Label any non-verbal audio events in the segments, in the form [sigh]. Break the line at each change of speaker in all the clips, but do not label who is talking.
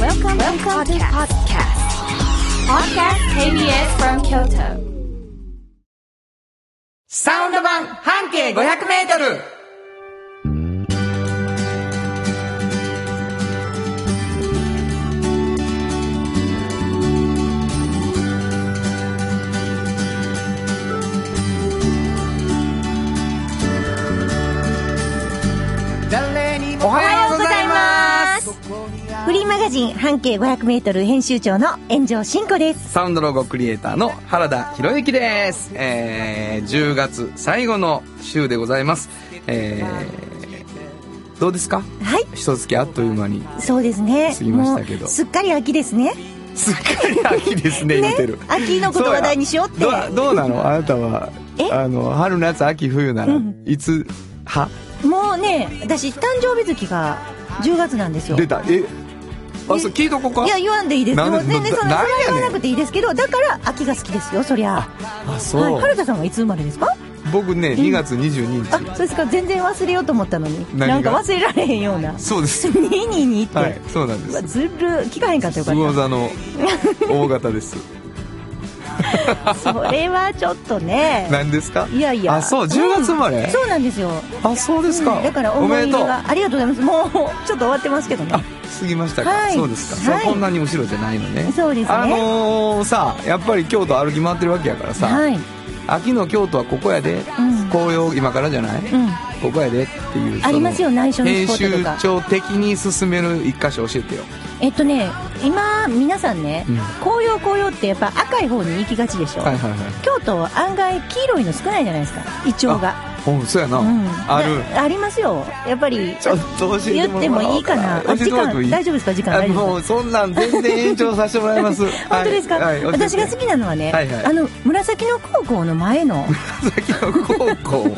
Welcome, to the podcast. Podcast KBS from Kyoto.
サウンド版半径500メートルおはようございます
フリーマガジン半径 500m 編集長の炎上真子です。
サウンドロゴクリエイターの原田博之です。えー、10月最後の週でございます。えー、どうですか
はい、
一月あっという間に。
そうですね。
過ぎましたけど
もうすっかり秋ですね。
すっかり秋ですね、言
ね
うてる。、
秋のこと話題にしようって
そう。やどどうなのあなたは
え
あの春夏秋冬なら、
うん
いつは
もうね、私誕生日月が10月なんですよ。
出たえあ
え
そう聞いとこうか
いや言わんでいいです
なん
よ
で
全然そんな
なんやね
そ
ん
れは言わなくていいですけどだから秋が好きですよそりゃ
あそう、
はいはるかさんはいつ生まれですか
僕ね2月22
あ
日、
そうですか全然忘れようと思ったのに
何が
なんか忘れられへんような
そうです
222って、
はいそうなん
う
で
わ
す
ずる聞かへんかったよかっ
魚座の大型です
たそれはちょっとね
何ですか
いやいや
あそう10月生まれ、
うんそうなんですよ
あそうですか、
だから
お
思い入
めで
れ
とう
がありがとうございますもうちょっと終わってますけどね
あ過ぎましたか、
はい
そうですか、
はい
そうこんなに後ろじゃないのね
そうですね
あのーさやっぱり京都歩き回ってるわけやからさ、
はい、
秋の京都はここやで、
ん
紅葉今からじゃない、
うん、
ここやでっていうその
ありますよ内緒のス
編
ポット
集
とか
長的に進める一箇所教えてよ
えっとね今皆さんね、
うん
紅葉紅葉ってやっぱ赤い方に行きがちでしょ、
はいはいはい
京都は案外黄色いの少ないじゃないですかイチョウが、
ほんそうやな、
うん、
ある
なありますよやっぱり
ちょっと教えて
言
もらおう
ってもいいかな
教え
あ
て
時
もらってもいい
間大丈夫ですか時間
あ
大丈夫
も
で
うそんなん全然延長させてもらいます
す [laughs] か本当ですか、
はいはい、
私が好
き
きなのはね、
はいはい
あの紫の高校の前の、
紫の高校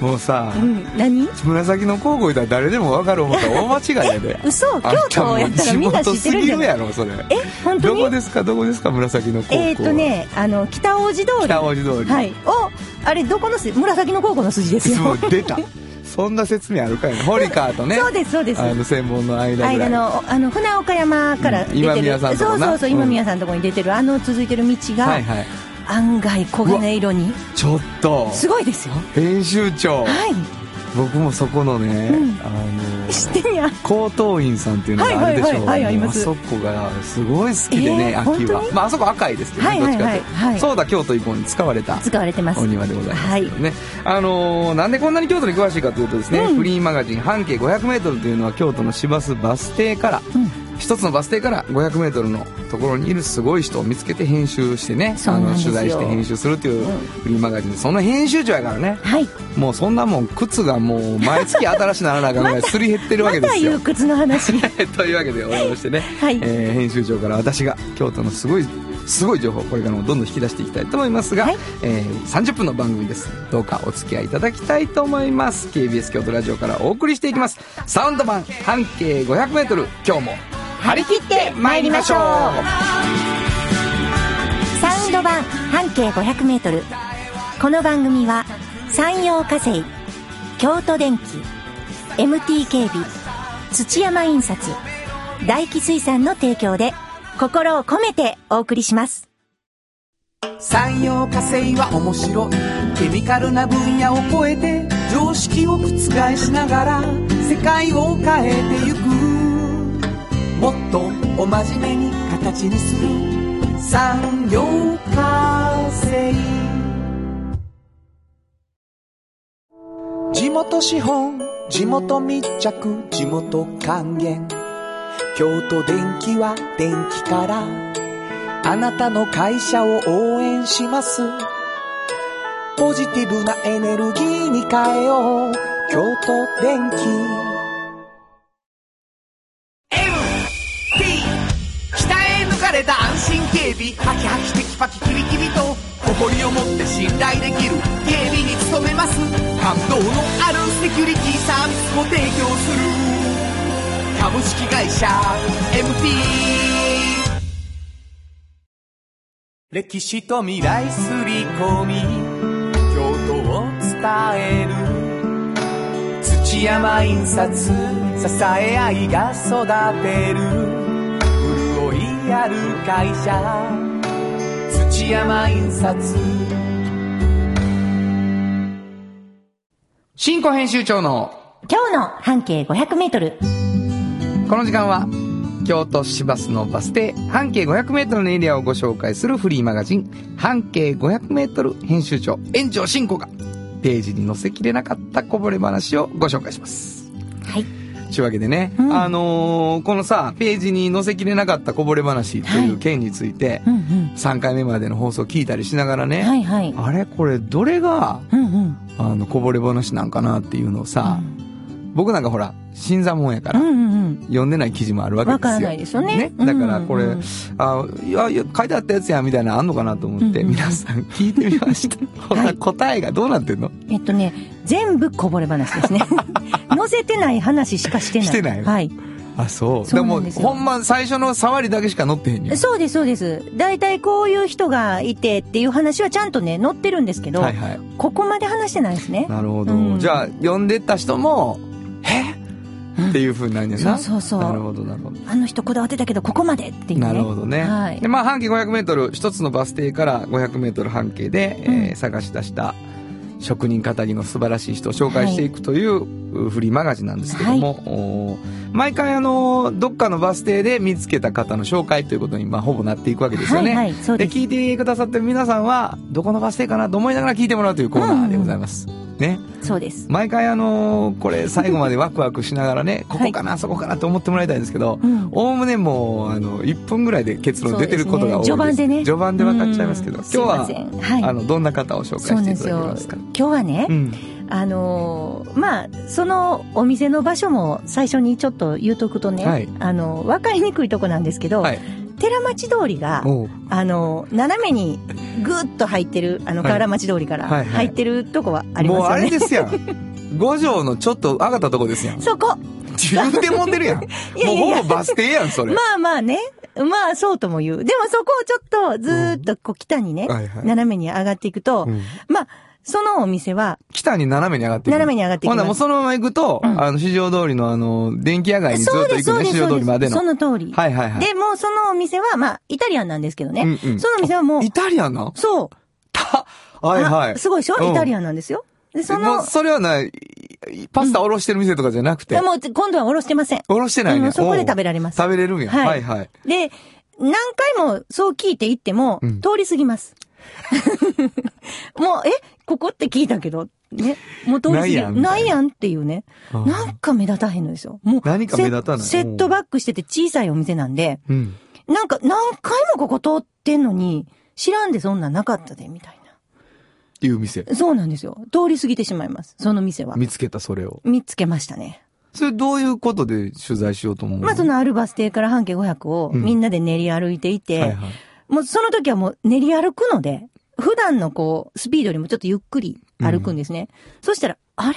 もうさ、
うん、何
紫の高校いたら誰でも分かる思ったら大間違いやで
[laughs] 嘘京
あんたも
都
う
やったらみんな知ってるんじゃない
地元すぎるやろそれ
え本当
ど
に
こですかどこですか紫の高校は
えーっ、とねあの北大路通り
北大路通り
はいをあれどこの筋紫の高校の筋ですよ
もう出たそんな説明あるかいなホリカーとね
そうですそうです
あの専門の間ぐらい
間のあの船岡山から
う
出て
ん
る、
今宮さんと
そ
こ
う
な
そうそう
うん
今宮さんのとこに出てるあの続いてる道
は
が
いはい
案外黄金色に
ちょっと
すごいですよ
編集長
はい
僕もそこのね、
うん
あの
知ってんや
高等院さんっていうのがあるでし
はいは
ょう、
いはいはいあり
もうあ
ます
そこがすごい好きでね、
えー
秋
本当
は、
に
まああそこ赤いですけどね、
はいはいはい
どっちかと
はい
そうだ京都以降に使われた
使われてます
お庭でございますけどね、あのーなんでこんなに京都に詳しいかというとですね、
うん
フリーマガジン半径 500m というのは京都の市バスバス停から、
うん
一つのバス停から 500m のところにいるすごい人を見つけて編集してね
そう
あ
なん
の
です
取
よ
材して編集するっていう
うん
フリーマガジンその編集長やからね
はい
もうそんなもん靴がもう毎月新しならなあかんぐらいすり減ってるわけ
ま
で
た
すよ
う。靴の話
[laughs] というわけでお願いしてね、
はい
えー編集長から私が京都のすごいすごい情報をこれからもどんどん引き出していきたいと思いますが、
はい
えー30分の番組ですどうかお付き合いいただきたいと思います KBS 京都ラジオからお送りしていきますサウンド版半径 500m 今日も張り切って参りましょう
サウンド版半径 500m この番組は山陽火星京都電機 MT 警備土山印刷大気水産の提供で心を込めてお送りします
産業化成は面白いケミカルな分野を超えて常識を覆しながら世界を変えてゆくもっとお真面目に形にする産業化成地元資本地元密着地元還元京都電気は電気からあなたの会社を応援します。ポジティブなエネルギーに変えよう。京都電気。北へ抜かれた安心警備ハキハキテキパキキビキビと誇りを持って信頼できる警備に努めます感動のあるセキュリティサービスを提供する株式会社 MT 歴史と未来すり込み京都を伝える土山印刷支え合いが育てるかる会社土山印刷
新庫編集長の
今日の半径500メートル。
この時間は京都市バスのバス停半径 500m のエリアをご紹介するフリーマガジン半径 500m 編集長園長慎吾がページに載せきれなかったこぼれ話をご紹介します。
はい。
というわけでね、
うん
あのーこのさページに載せきれなかったこぼれ話とい
は
う
い
件について、
うんうん。
3回目までの放送聞いたりしながらね、
はいはい。
あれこれどれが
うんうん。
あのこぼれ話なんかなっていうのをさ、僕なんかほら新参者やか
う
ら、
んうんうん。
読んでない記事もあるわけですよ。
わからないですよねうん
だからこれ、
うん
あいやいや、書いてあったやつや、みたいなのあんのかなと思って、
うんうん
皆さん聞いてみました。
[laughs]
ほら、答えがどうなってんの
えっとね、全部こぼれ話です
[laughs]
ね。載せてない話しかしてない。
してない
はい。
あ、そう。
そうなんですよ
も、ほんま、最初の触りだけしか載ってへんねん。
そうです、そうです。大体こういう人がいてっていう話はちゃんとね、載ってるんですけど、
はいはい。
ここまで話してないですね。
なるほど。
うん
じゃあ、読んでった人も、えっていう風になるんやな、
そうそうそう
なるほど、なるほど。
あの人こだわってたけど、ここまでっていうね。
なるほどね。
はい
で、。まあ、半径500メートル、一つのバス停から500メートル半径で、えー
うん
探し出した職人かたぎの素晴らしい人を紹介していくという、うフリーマガジンなんですけども、おー毎回あのー、どっかのバス停で見つけた方の紹介ということに、まあ、ほぼなっていくわけですよね。
はいはい、そう
で、
です。
聞いてくださってる皆さんは、どこのバス停かなと思いながら聞いてもらうというコーナーでございます。ね。
そうです。
毎回あのーこれ最後までワクワクしながらね、ここかな、そこかなと思ってもらいたいんですけど、
うん。
おおむねもう、あの、1分ぐらいで結論出てることが多い
そうですね序盤でね
序盤で分かっちゃいますけど、
うん
今日は、
すいませんはい
あの、どんな方を紹
そう
介
なん
して
で
いた
す
だけ
よ
ますか。
今日はね、
うん。
あのーまあ、そのお店の場所も最初にちょっと言うとくとね、
はい
あの、わかりにくいとこなんですけど、
はい。
寺町通りが、
おう
あの、斜めにぐーっと入ってる、あの、
は
河
い
原町通りから
はいはい
入ってるとこはあります
もう
よ
あれ
ね。
ですや
[laughs]
ん。五条のちょっと上がったとこですやん。
そこ
言うてもんでるやん。
いやいやい
もう
や
ほぼバス停やん、それ。
まあまあね。まあそうとも言う。でもそこをちょっとずーっとこう北にね、
はいはい
斜めに上がっていくと、
うん
まあ、そのお店は
北に斜めに上がっていく
斜めに上がってい
ほ
き
ん
ま
ならもう
す。
そのまま行くと、
うん
あの、市場通りのあの、電気屋街にずっ
そう
と
です、
行
そう
くね、
です、
市
そ
場
う
通
で。
りまです
そ
の。
の通り。
はいはいはい。
で、もうそのお店は、まあ、イタリアンなんですけどね。
うんうん
そのお店はもう、
イタリアンな
そう。
はいは
あ
い。
すごいでしょ、
うん
イタリアンなんですよ。で、そ
もう
の、
それはない、パスタおろしてる店とかじゃなくて。
もう今度はおろしてません。
おろしてないね。
うんそこで
おう
食べられます
食べれるんや。は
はいい
はい。
で、何回もそう聞いていっても、
うん
通り過ぎます。 [laughs] もう、え、ここって聞いたけど、ね、もう通り過ぎ
ないやん
る。
みた
ないい
な
やんっていうね。
あー
なんか目立たへんのですよ。もう、
何か目立たない
セセットバックしてて小さいお店なんで、
うん。
なんか何回もここ通ってんのに、知らんでそんなんなかったで、みたい
いう店。
な。そうなんですよ。通り過ぎてしまいます。その店は。
見つけたそれを。
見つけましたね。
それどういうことで取材しようと思う
まあ、そのアルバス停から半径500を
うん
みんなで練り歩いていて、
はいはい。
もうその時はもう練り歩くので、普段のこう、スピードよりもちょっとゆっくり歩くんですね。そしたら、あれっ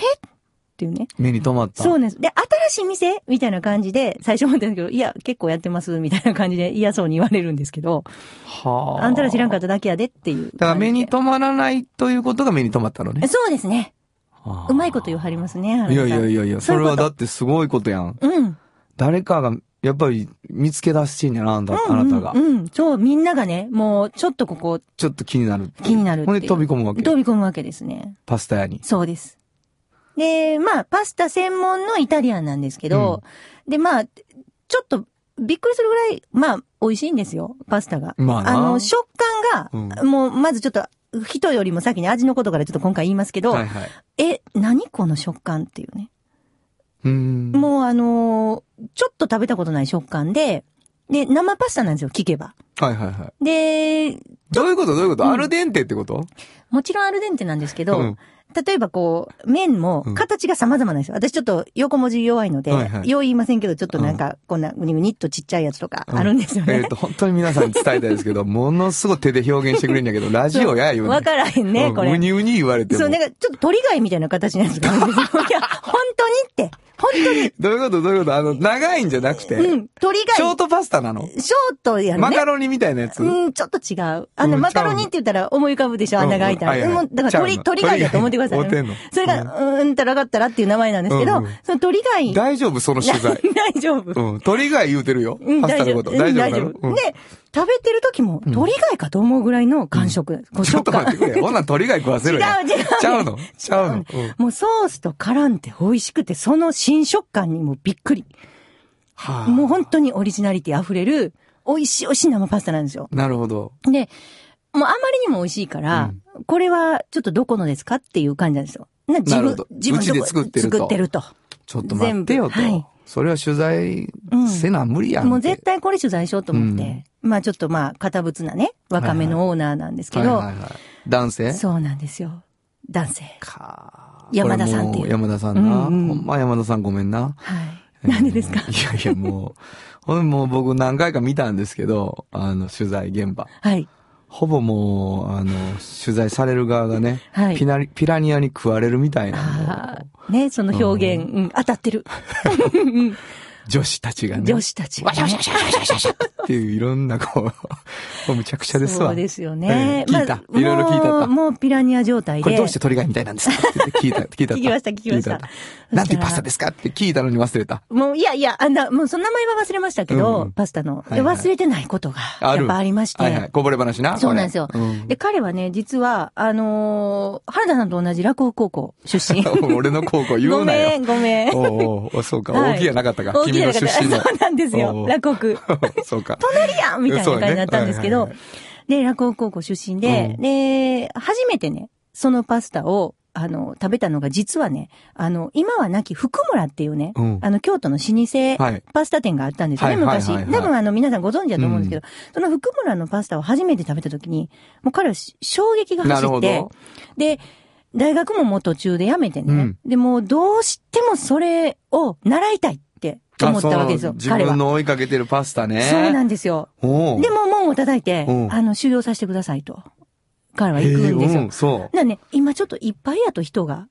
ていうね。
目に留まった。
そうなんです。で、新しい店みたいな感じで、最初思ったんですけど、いや、結構やってます、みたいな感じで嫌そうに言われるんですけど、
はあ。。
あんたら知らんかったただけやでっていう感じで。
だから目に留まらないということが目に留まったのね。
そうですね。
はあ
うまいこと言わはりますね。
いやいやいやいや、そ
そういう
れ
こ
は
と
だってすごいことやん。
原田さん。うん。
誰かが、やっぱり見つけ出してんやな、あんた、あなたが
う。んうん、うん。そう、みんながね、もう、ちょっとここ、
ちょっと気になるっていう。
気になるって
ほ
い
ん
う
で飛び込むわけ。
飛び込むわけですね。
パスタ屋に。
そうです。で、まあ、パスタ専門のイタリアンなんですけど、で、まあ、ちょっと、びっくりするぐらい、まあ、美味しいんですよ、パスタが。
まあな
あの、食感が、
う
もう、まずちょっと、人よりも先に味のことからちょっと今回言いますけど、
はいはい。
え、何この食感っていうね。
うーん。
もうあのーちょっと食べたことない食感で、で、生パスタなんですよ、聞けば。
はいはいはい。
で、
どういうことどういうこと、
うん
アルデンテってこと
もちろんアルデンテなんですけど、
うん
例えばこう、麺も
うん
形が様々なんですよ。私ちょっと横文字弱いので、
はいはい
よう言いませんけど、ちょっとなんか、こんなぐにぐにっとちっちゃいやつとかあるんですよね。
えっ、と、本当に皆さんに伝えたいで
[laughs]
すけど、ものすごい手で表現してくれるんだけど、ラジオや言うね。
わからへんね、こ
う
れ
んう。にうに言われても。 [laughs]
そう、なんかちょっと鳥貝みたいな形のやつがあるんですよ。いや、本当にって。本当に、
どういうことどういうことあの、長いんじゃなくて、
うん、鶏が、
ショートパスタなの
ショートやね。
マカロニみたいなやつ、
うん、ちょっと違う。あの、
うん
マカロニって言ったら思い浮かぶでしょ、
うん
穴が開いたら。
はいはい
もうだから鳥、
ちゃうの
鳥貝だと思ってください、
鳥貝
ね。それが、うん、たらがったらっていう名前なんですけど、
うんうん
その鳥貝、
大丈夫その
[laughs]
取材。
大丈夫。
うん。鳥が言うてるよ
うん。
パスタ
大丈夫。
のこと。
うん
大丈夫
大
な
丈
の
夫。
うん
で、食べてる時も、鳥貝かと思うぐらいの感触。こう
ちょっと待ってくれよ。ほんなん鳥が食わせ
[laughs] 違う
るやん。
違う。
ちゃうのちゃうのうん
もうソースと絡んで美味しくて、その新食感にもびっくり。
はあ
もう本当にオリジナリティ溢れる、美味しい美味しい生パスタなんですよ。
なるほど。
で、もうあまりにも美味しいから、これはちょっとどこのですかっていう感じなんですよ。な自
なる
分
ほど、
自分
うちで
どこ
作ってると
作ってると。
ちょっと待ってよと。
全部はい
それは取材せな無理やんって。
もう絶対これ取材しようと思って。まあちょっとまあ、堅物なね、若めのオーナーなんですけど、
はいはいはい男性
そうなんですよ。男性。
か
山田さんっていう
これも山田さんな。
うんうん
ほんま山田さんごめんな。
はい。なんでですか
うんいやいやもう、ほんでもう僕何回か見たんですけど、あの、取材現場。
はい。
ほぼもう、あの、取材される側がね、
はい
ピナリピラニアに食われるみたい
あ
な、も
ー
う
ね、その表現、うん、当たってる。
女子たちがね、
女子たちがね、
っていういろんなこう、もうむちゃくちゃですわ。
そうですよね。
ええ聞いたいろいろ聞いた
も
った
うもうピラニア状態で。
これどうして鳥貝みたいなんですかって
[laughs]
聞いた、聞いた。
聞きました聞きました
聞いなんてパスタですかって聞いたのに忘れた。
もう、いやいや、あんな、もうその名前は忘れましたけ
うん
ど、
うん
パスタの。
はい
で、
はい
忘れてないことが、
あ
や
る。
っぱありまして。
はいはい。こぼれ話な。
そうなんですよ
これうん
で、彼はね、実は、あのー原田さんと同じ落語高校出身。
俺の高校 [laughs] 言う
ご
な
めん、
よ。
ごめん。
おうおうおそうか。
はい
[laughs] 大きいやなかったか。
大き
君
い
の
方
出身の
そ。うなんです
おうお
よ。
う
落語区。
そうか。
隣やんみたいな
そう
感
ね
じだったんですけ
はい
ど
はい。
で、落語高校出身で、
うん
で、初めてね、そのパスタを、あの、食べたのが実はね、あの、今はなき福村っていうね、
うん
あの、京都の老舗
はい
パスタ店があったんですよね、
はいはいはい
昔。
はい
多分あの、皆さんご存知だと思うんですけど、その福村のパスタを初めて食べた時に、もう彼はし衝撃が
なる
走
ほ
って
ど、。
で、大学ももう途中で辞めてね、
うん
で、もうどうしてもそれを習いたいって思ったわけですよ
あ、その
彼
自
は
分。の追いかけてるパスタね。
そうなんですよ。
おう
で、もう門を叩いて
う、ん
あの、修行させてくださいと。彼は
へえ
行くんです
う
よ。
そ
なね、今ちょっといっぱいやと人が。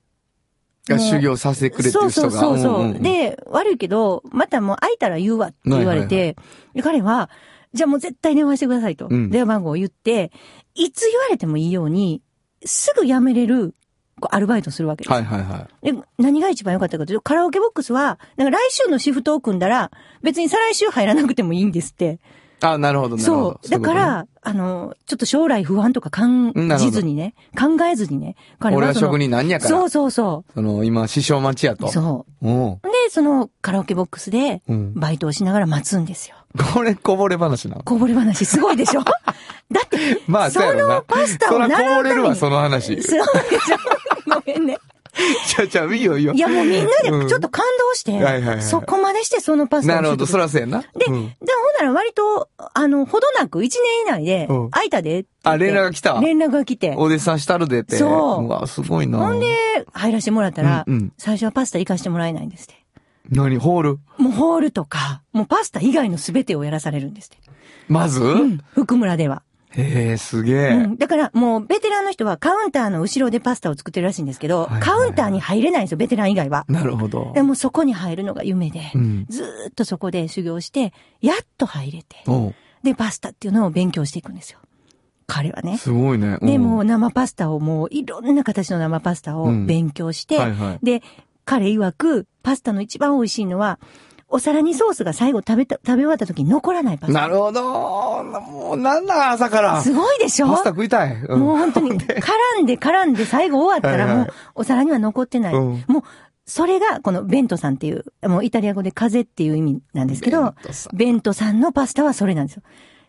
う。が
もう
修行させてくれって
そ
いう
うそ
人
う
が。
そうそ
ん
う。
んん、
で、悪いけど、またもう空いたら言うわって言われ
はい
て、で彼は、じゃあもう絶対電話してくださいと。
うん
電話番号を言って、いつ言われてもいいように、すぐ辞めれる、こうアルバイトするわけですよ
はいはいはい。
で、何が一番良かったかというと、カラオケボックスは、なんか来週のシフトを組んだら、別に再来週入らなくてもいいんですって。
あ、なるほど、なるほ
そ
ど。
う。だか
そういうことね、
ら、あの、ちょっと将来不安とか感
うんなるほ
じ
ど
ずにね、考えずにね、彼
俺
は
は
その
職人なんやから。
そうそうそ
その、今、師匠待ちや
う。
と。
そ
うん。
う。で、そのカラオケボックスで、
うん。
バイトをしながら待つんですよ。
これ、こぼれ話なの。
こぼれ話すごいで
[laughs]
しょだって、
まあ、
そ
そうやろな
の。パスタ
そ
を
らこ
習
ぼ
うた
れ
め
るわ、
に。
その話。
すごいでしょごめんね。
ちゃちゃ、いいよいいよ。
いや、もうみんなで
うん
ちょっと感動して、
はいはいはい
そこまでしてそのパスタを
なるほど、
習得
そらそうやんな。
で、
う
で、
ん
ほんなら割と、あの、ほどなく、1年以内で
うん、
空いたでって言
あ、
って
連絡が来た。
連絡が来て。
お弟子さんしたるでって。
そう
わ、すごいな。
ほんで、入らせてもらったら、
うんうん
最初はパスタ行かしてもらえないんですって。
何、ホール
もうホールとか、もうパスタ以外の全てをやらされるんですって。
まず、
うん。福村では。
へえ、すげえ。
うん。だから、もう、ベテランの人はカウンターの後ろでパスタを作ってるらしいんですけど、
はいはい
カウンターに入れないんですよ、ベテラン以外は。
なるほど
で。もうそこに入るのが夢で、
うん。
ずーっとそこで修行して、やっと入れて、
おう
で、パスタっていうのを勉強していくんですよ。彼はね。
すごいね。うん
で、もう生パスタをもういろんな形の生パスタを
うん
勉強して、
はいはい。
で、彼曰く、パスタの一番美味しいのは、お皿にソースが最後食べた、食べ終わった時に残らないパスタ。
なるほど。もう、なんだ、朝から。
すごいでしょ
パスタ食いたい。うん
もう本当
[laughs]
に、絡んで絡んで最後終わった
はい
ら
はい
もう、お皿には残ってない。
うん
もう、それが、このベントさんっていう、もうイタリア語で風っていう意味なんですけど
ベントさ、
ベントさんのパスタはそれなんですよ。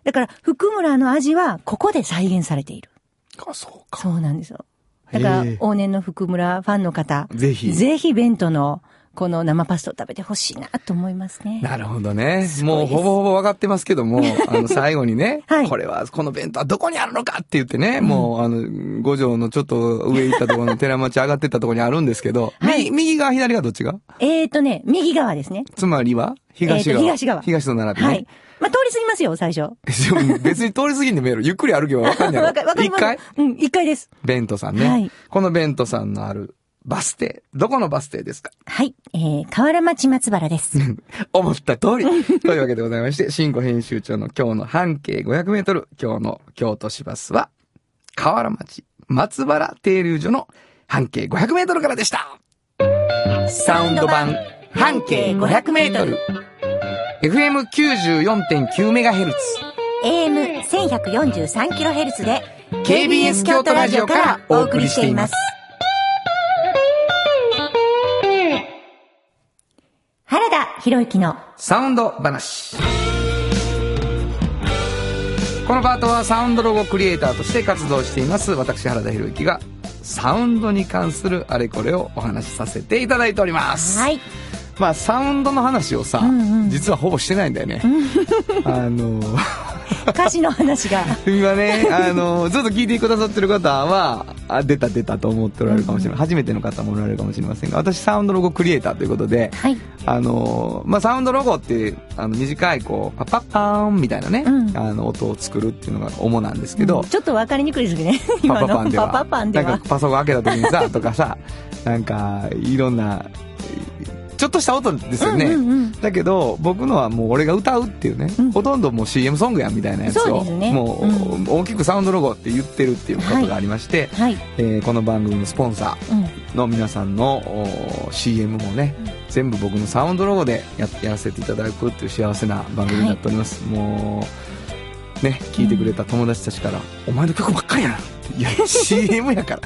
だから、福村の味は、ここで再現されている。
あ、そうか。
そうなんですよ。だから
へえ、
往年の福村ファンの方、
ぜひ。
ぜひ弁当のこの生パスタを食べてほしいなと思いますね。
なるほどね。
すご
もう
いです
ほぼほぼ分かってますけども、
[laughs]
あの、最後にね、
はい
これは、この弁当はどこにあるのかって言ってね、もう、あの、五条のちょっと上行ったところの寺町上がってったところにあるんですけど、
はい
右、右側、左側どっちが
えっ、ー、とね、右側ですね。
つまりは東
え
側、
ーと東側
東と並びね。
はい。まあ、通り過ぎますよ、最初。
でも別に通り過ぎんでもええやろゆっくり歩けば分かんない
わかわかり
一
ます
回
うん、一回です。
弁当さんね。
はい
この弁当さんのあるバス停。どこのバス停ですか
はい、えー、河原町松原です。
思った通り。 [laughs] というわけでございまして、新語編集長の今日の半径500メートル、今日の京都市バスは、河原町松原停留所の半径500メートルからでした。サウンド版半径500メートル。FM94.9MHz。
AM 1143キロヘルツで
KBS 京都ラジオからお送りしています。
原田博之の
サウンド話。このパートはサウンドロゴクリエイターとして活動しています私原田博之がサウンドに関するあれこれをお話しさせていただいております。
はい。
まあサウンドの話をさ、
んうん
実はほぼしてないんだ
[laughs]
よね。あの、
歌詞の話が。
今ね、あの、ずっと聞いてくださってる方は、あ、出た出たと思っておられるかもしれない。初めての方もおられるかもしれませんが、私サウンドロゴクリエイターということで、
はい。
あのーまあ、サウンドロゴってあの短いこうパッパッパーンみたいなね、
うん
あの音を作るっていうのが主なんですけど、
うんちょっと分かりにくいですね。今の
[laughs] パンでは
パパパンで
な
は
ん。かパソコン開けた時にさとかさ [laughs] なんかいろんなちょっとした音ですよね、
うんうん
だけど僕のはもう俺が歌うっていうね、
うん
ほとんどもう CM ソングやんみたいなやつ
そう
を
ですね
もう、
うん
大きくサウンドロゴって言ってるっていうことがありまして、
うん。はい。
えーこの番組のスポンサー
うん。
の皆さんのおー CM もね、全部僕のサウンドロゴでややらせていただくっていう幸せな番組になっております、もうね聞いてくれた友達たちから「お前の曲ばっかりやな」いや CM やから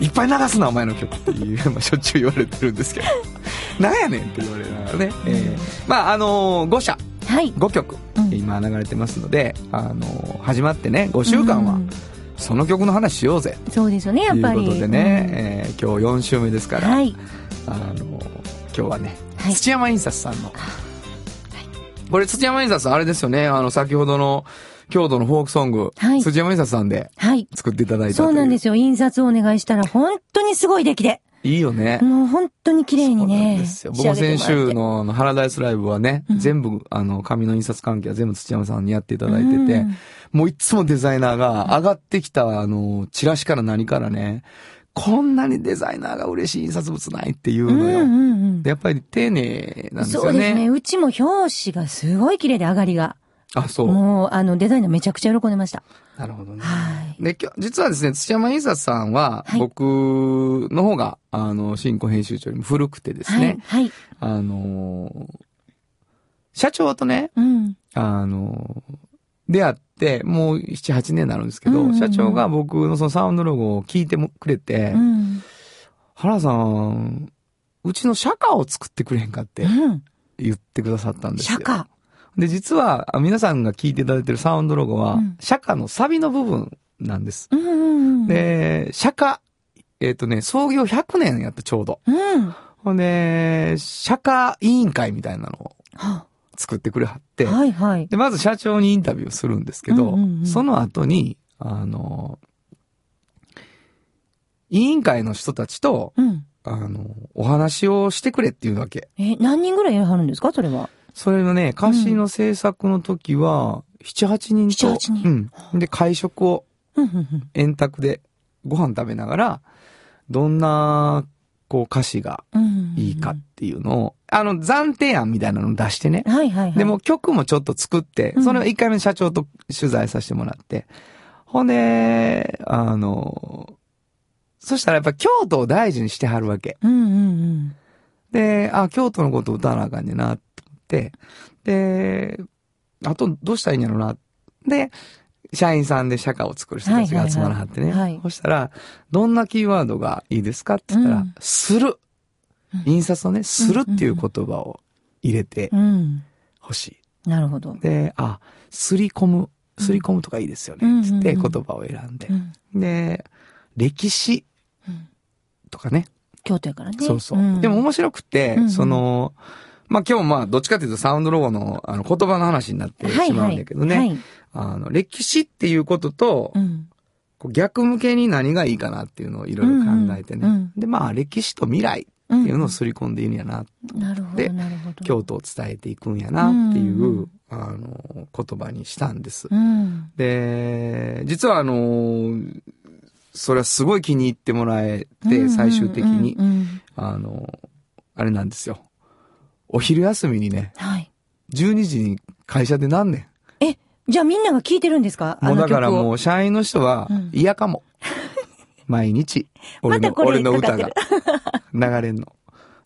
いっぱい流すなお前の曲」っていう、ま [laughs] あ、しょっちゅう言われてるんですけど「なんやねん」って言われながらね、えーまああのー5社
はい。
5曲
うん
今流れてますので、あのー始まってね5週間
う
は
ん
その曲の話しようぜ
そうですよね、や
と
っ
いう
ぱ
こ
り。
とでね、えー今日4週目です
う
か
ん
ら、
はい。
あの今日はね、
はい
土山印刷さんの、これ土山印刷さんあれですよねあの先ほどの京都のフォークソング、
はい
土山印刷さんで
はい。
作っていただいた
そうなんですすよ。印刷をお願いしたら、本当にすごい出来で。
いいよね、
もう本当に綺麗に
そうなん
ね
で。すよ
仕
僕
上
も
げて
先
もらって
週。のあのハラダイスライブはね、
うん
全部あの紙の印刷関係は全部土山さんにやっていただいてて、
うん
もういつもデザイナーが上がってきたあのチラシから何からねこんなにデザイナーが嬉しい印刷物ないっていう
う
の
ん
よ、
うん
でやっぱり丁寧
う
なん
ん。
です
そ
よ
うですね。
ね。
うちも表紙がすごい綺麗で上がりが。
あ、そう。
もう、あの、デザイナーめちゃくちゃ喜んでました。
なるほどね。
はい。
で、今日、実はですね、土山印刷さんは
は、い
僕の方が、あの、新婚編集長よりも古くてです
はい
ね。、
はい。
あのー社長とね、
うん。
あのー出会って、もう7、8年になるんですけど、
うんうんうん
社長が僕のそのサウンドロゴを聞いてもくれて、
うん。
原さん、うちの社歌を作ってくれへんかって
うん。
言ってくださったんですよ。
釈迦。
で、実は、あ皆さんが聞いていただいてるサウンドロゴは、
うん
釈迦のサビの部分なんです。
うんうんうん。、
で、釈迦、えっ、とね、創業100年やったちょうど。
うん。は
ほんで、釈迦委員会みたいなのを
あ
作ってくれはって、
はいはい。
で、まず社長にインタビューするんですけど、
うんうんうん
その後に、あの、委員会の人たちと、
うん。
あの、お話をしてくれっていうわけ。
え、何人ぐらいはるんですかそれは。
それのね、歌詞の制作の時は、7、8人と、
7-8人
うん。で、会食を
うんうんうん。
円卓でご飯食べながら、どんな、こう歌詞が
うん。
いいかっていうのを、あの、暫定案みたいなの出してね。
はいはいはい。
で、も曲もちょっと作って
う、ん
それを1回目の社長と取材させてもらって。ほんで、あの、そしたらやっぱ京都を大事にしてはるわけ。
うんうんうん。
で、あ、京都のこと歌わなあかんねんな、と思って。で、あとどうしたらいいんやろうな。で、社員さんで社歌を作る人たちが集まらはって
は
ね。
いはいはいはい
そしたら、どんなキーワードがいいですかって言ったら、
うん
する。印刷のね、するっていう言葉を入れて
うん。
ほしい。
なるほど。
で、あ、すり込む、すり込むとかいいですよね。
うん
つって
うん
言
うん
葉を選んで
う。ん。
で、歴史
うん
とかね。
京都やからね。
そうそう。
ん
でも、面白くて、
うんうん
その、まあ、今日まあ、どっちかというとサウンドロゴの、あの、言葉の話になって
はい
しま
は
うん
い。
だけどね。
はい。
あの、歴史っていうことと、
うん。
こう逆向けに何がいいかなっていうのをいろいろ考えてね。
うんうん
で、まあ、歴史と未来
う。
っていうんのをすり込んでいるんやな、
なるほ
で
ど、なるほど。
京都を伝えていくんやなっていう、
うん
あの、言葉にしたんです。
うん。
で、実はあのーそれはすごい気に入ってもらえて、最終的に、あの、あれなんですよ。お昼休みにね、
はい。
12時に会社で何年
え、じゃあみんなが聞いてるんですかあ
もう
の
だ
曲を。
からもう社員の人は
うん
嫌かも。毎日、
[laughs]
俺
ま
の、
たこれ
俺の歌が
か
流れんの。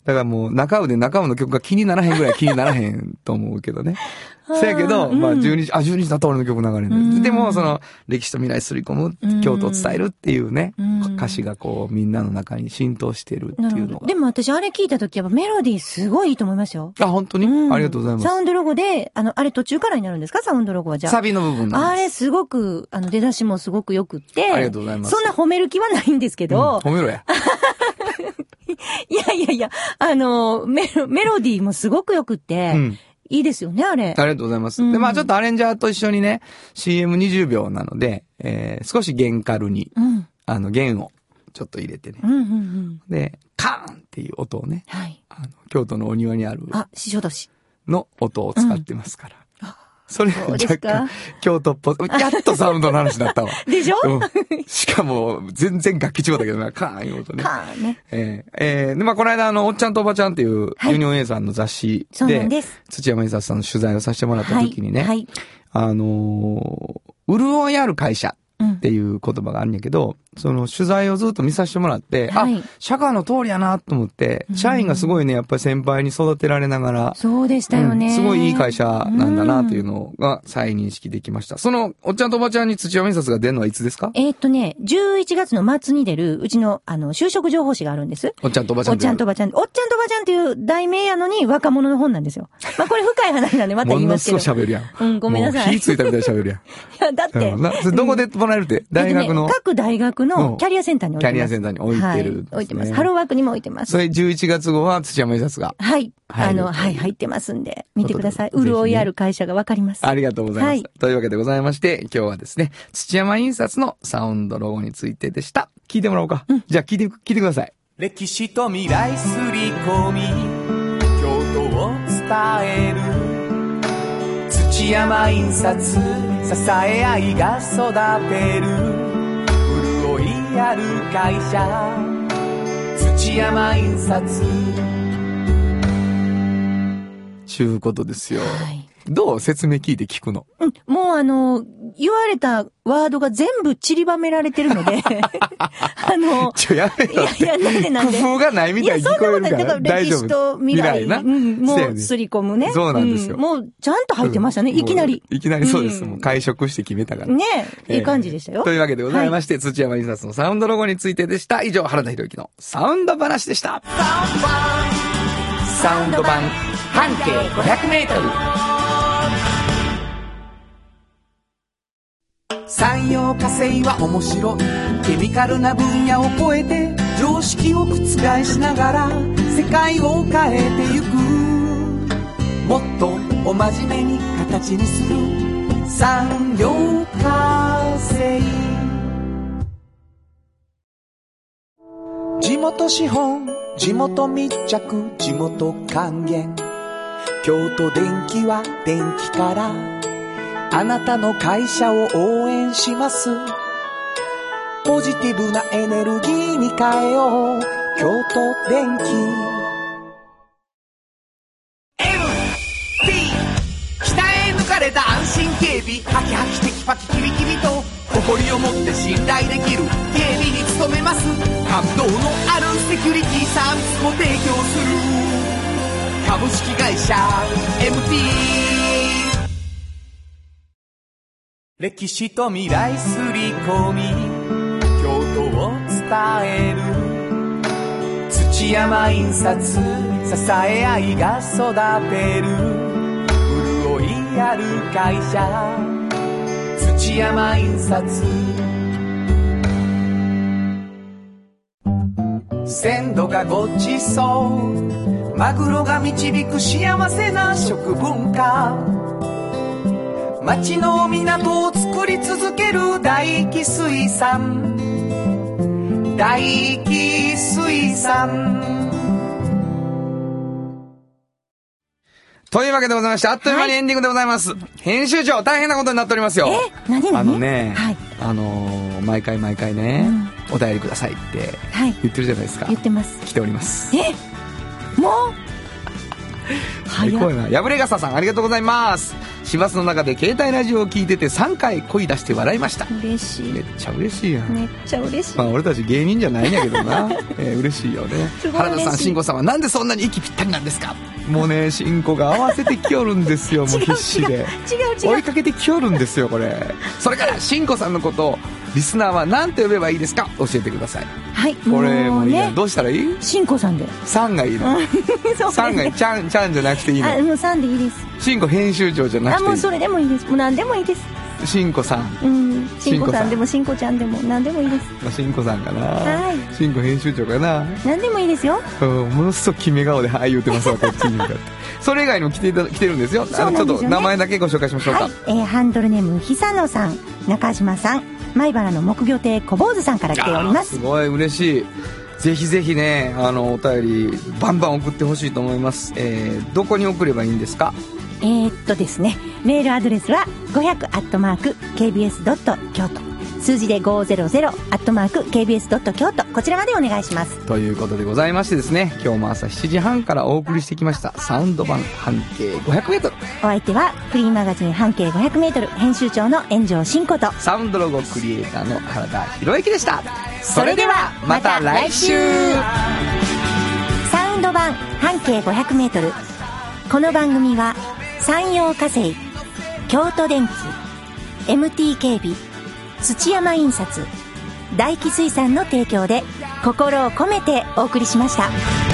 だからもう中尾で中尾の曲が気にならへんぐらい気にならへんと思うけどね。
[laughs] あー
せやけど、まあ
うん
12時、あ、12時だったら俺の曲流れ
う
る
ん
でもその歴史と未来すり込む
うん、
京都を伝えるっていうね
うん、
歌詞がこうみんなの中に浸透してる
な
ってい
る
う
ほど。
のが
で。も私あれ聞いた時はメロディーすごいいいと思いますよ。
あ、本当に
ん
ありがとうございます
サ。ウンドロゴで、あの、あれ途中からになるんですかサウンドロゴはじゃあ
サ。ビの部分な
あ
んで
れすごく、あの、出だしもすごく良くって。
ありがとうございます
そんな褒める気はないんですけ
す。うん
ど、
褒めろや。
いやいやいや、あの、メロ、メロディーもすごく良くって、
うん
いいですよね、あれ。
ありがとうございます。
う
で、
ん
まあちょっとアレンジャーと一緒にね、CM20 秒なので、えー、少し弦軽に、
うん。
あの、弦をちょっと入れてね
う。んうんうん。
で、カーンっていう音をね、
はい。
あの、京都のお庭にある
あ、師匠だし。
の音を使ってますから。それが
そうです
若
か
干、京都っぽい。やっとサウンドの話だったわ。
でしょ
うんしかも、全然楽器違うだけどな、カーンいう音ね。
かーね。
えー、えーで、まあ、この間、あの、おっちゃんとおばちゃんっていう、
はい
ユニオンエイさんの雑誌
そうなん
で、
です。
土山印刷さんの取材をさせてもらった時にね、
はい。はい
あのー、潤いある会社
うん
っていう言葉があるんやけど、その取材をずっと見させてもらって、
はい
あ、社会の通りやなと思って、社員がすごいね、やっぱり先輩に育てられながら、
そうでしたよね、
うんすごいいい会社なんだなというのが再認識できました。その、おっちゃんとおばちゃんに土屋印刷が出るのはいつですか
えーっとね、11月の末に出る、うちの、あの、就職情報誌があるんです。
おっちゃんとおばちゃ
お
ん
っちゃんとおばちゃん、おっちゃんとおばちゃんっていう題名やのに若者の本なんですよ。まあこれ深い話なんでまた
も
言い
の
ます
す
け
ご
ど。
い喋るやん。
うんごめんなさい
もう火ついたみたいに喋るや
い
ん。
や、だって、
うんなそれどこでもらえるって、大
えっ
学
と
の
ね、各大学のキャリアセンターに置いてます。
キャリアセンターに置いてるんですね
はい。置いてます。ハローワークにも置いてます
そ。れ11月号は土屋印刷が。
はい。
はい
あの、はい、入ってますんで、見てください。
ということで
潤いある会社がわかります。
ありがとうございます、
は
というわけでございまして、今日はですね、土山印刷のサウンドロゴについてでした。聞いてもらおうか。じゃあ聞いて、聞いてください。
歴史と未来すり込み京都を伝える土山印刷支え合いが育てる潤いある会社土山印刷
ちゅうことですよ。
はい。
どう説明聞いて聞くの。
うん、もうあの、言われたワードが全部散りばめられてるので、
[laughs]
[laughs] あの、
ちょ、やめ
い
ろ
や
っ
い
て。
や、なんでなんで。
工夫がないみたいに聞こえる
いや、そんなことない。
か。
だからら歴史と未来。
な。
うん、も
せや
う、
ね
すり込むね。
そうなんですよ
んもう、ちゃんと入ってましたね、いきなり
も。ういきなりそうです。
うん
もう会食して決めたから。
ね
え
え、
え
いい感じでしたよ
と。いうわけでございまして、土山印刷のサウンドロゴについてでした。以上、原田博之のサウンド話でした。サウンド版、半径500メートル。
産業化成は面白いケミカルな分野を超えて常識を覆しながら世界を変えてゆくもっとお真面目に形にする産業化成地元資本地元密着地元還元京都電気は電気からあなたの会社を応援しますポジティブなエネルギーに変えよう京都電気 MT 鍛え抜かれた安心警備ハキハキテキパキキビキビと誇りを持って信頼できる警備に努めます感動のあるセキュリティサービスも提供する株式会社 MT 歴史と未来すり込み京都を伝える土山印刷支え合いが育てる潤いある会社土山印刷鮮度がごちそうマグロが導く幸せな食文化町の港を作り続ける大気水産大気水産
というわけでございまして、あっという間にエンディングでございます。編集長、大変なことになっておりますよ。
え何何
あのね、
はい
あのー毎回毎回ね、お便りくださいって
はい
言ってるじゃないですか
言ってます
来ております
え
[laughs]
もう
最
早
高
っ
やな破れ傘さんありがとうございます市バスの中で携帯ラジオを聞いてて3回声出して笑いました
嬉しい
めっちゃ嬉しいやん、
めっちゃ嬉しい
まあ俺たち芸人じゃないんやけど
[laughs]
な、えー嬉しいよね
すごい
原田さ
嬉
ん
しい
慎吾さんはなんでそんなに息ぴったりなんですかもうね慎吾が合わせてきよるんです
[laughs]
よもう必死で
違う
追
違
いうかけてきよるんですよこれそれからしんこさんのことをリスナーは何て呼べばいいですか教えてください
はい
これ
も
もう
う
いいやん
ね
どうしたらいい
しんこさんで
さんがいいの
そう
[laughs] さんが
で
いいちゃんちゃんじゃなくてい
[laughs]
い
あ
の
もうさんでいいです
しんこ編集長じゃな
あもう
くて
それでもいいですもう何でもいいです
いいしんこさん
うんしんこさんでも
し
しんこちゃんでも何でもいいです
まあしんこさんか
は
なしんこ編集長かな
何でもいいですよ
うんものすごく決め顔で「はい」言うてますわこっちに向
[laughs]
かってそれ以外にも来ていた来てるんですよ
そうなん
あのち
で
ょっ
す
と
よね
名前だけご紹介しましょうか、
はい、えーハンドルネーム久野さん中島さん米原の木魚亭小坊主さんから来ておりま
あー
す
ごい嬉しいぜひぜひねあのお便りバンバン送ってほしいと思います、えーどこに送ればいいんですか
えー、っとですねメールアドレスは500アットマーク KBS ドット京都数字で500アットマーク KBS ドット京都こちらまでお願いします
ということでございましてですね今日も朝7時半からお送りしてきましたサウンド版半径 500m
お相手はフリーマガジン半径 500m 編集長の炎上真子と
サウンドロゴクリエイターの原田博之でしたそ
れではまた来週サウンド版半径 500m この番組は山陽火星京都電機 MT 警備土山印刷大気水産の提供で心を込めてお送りしました。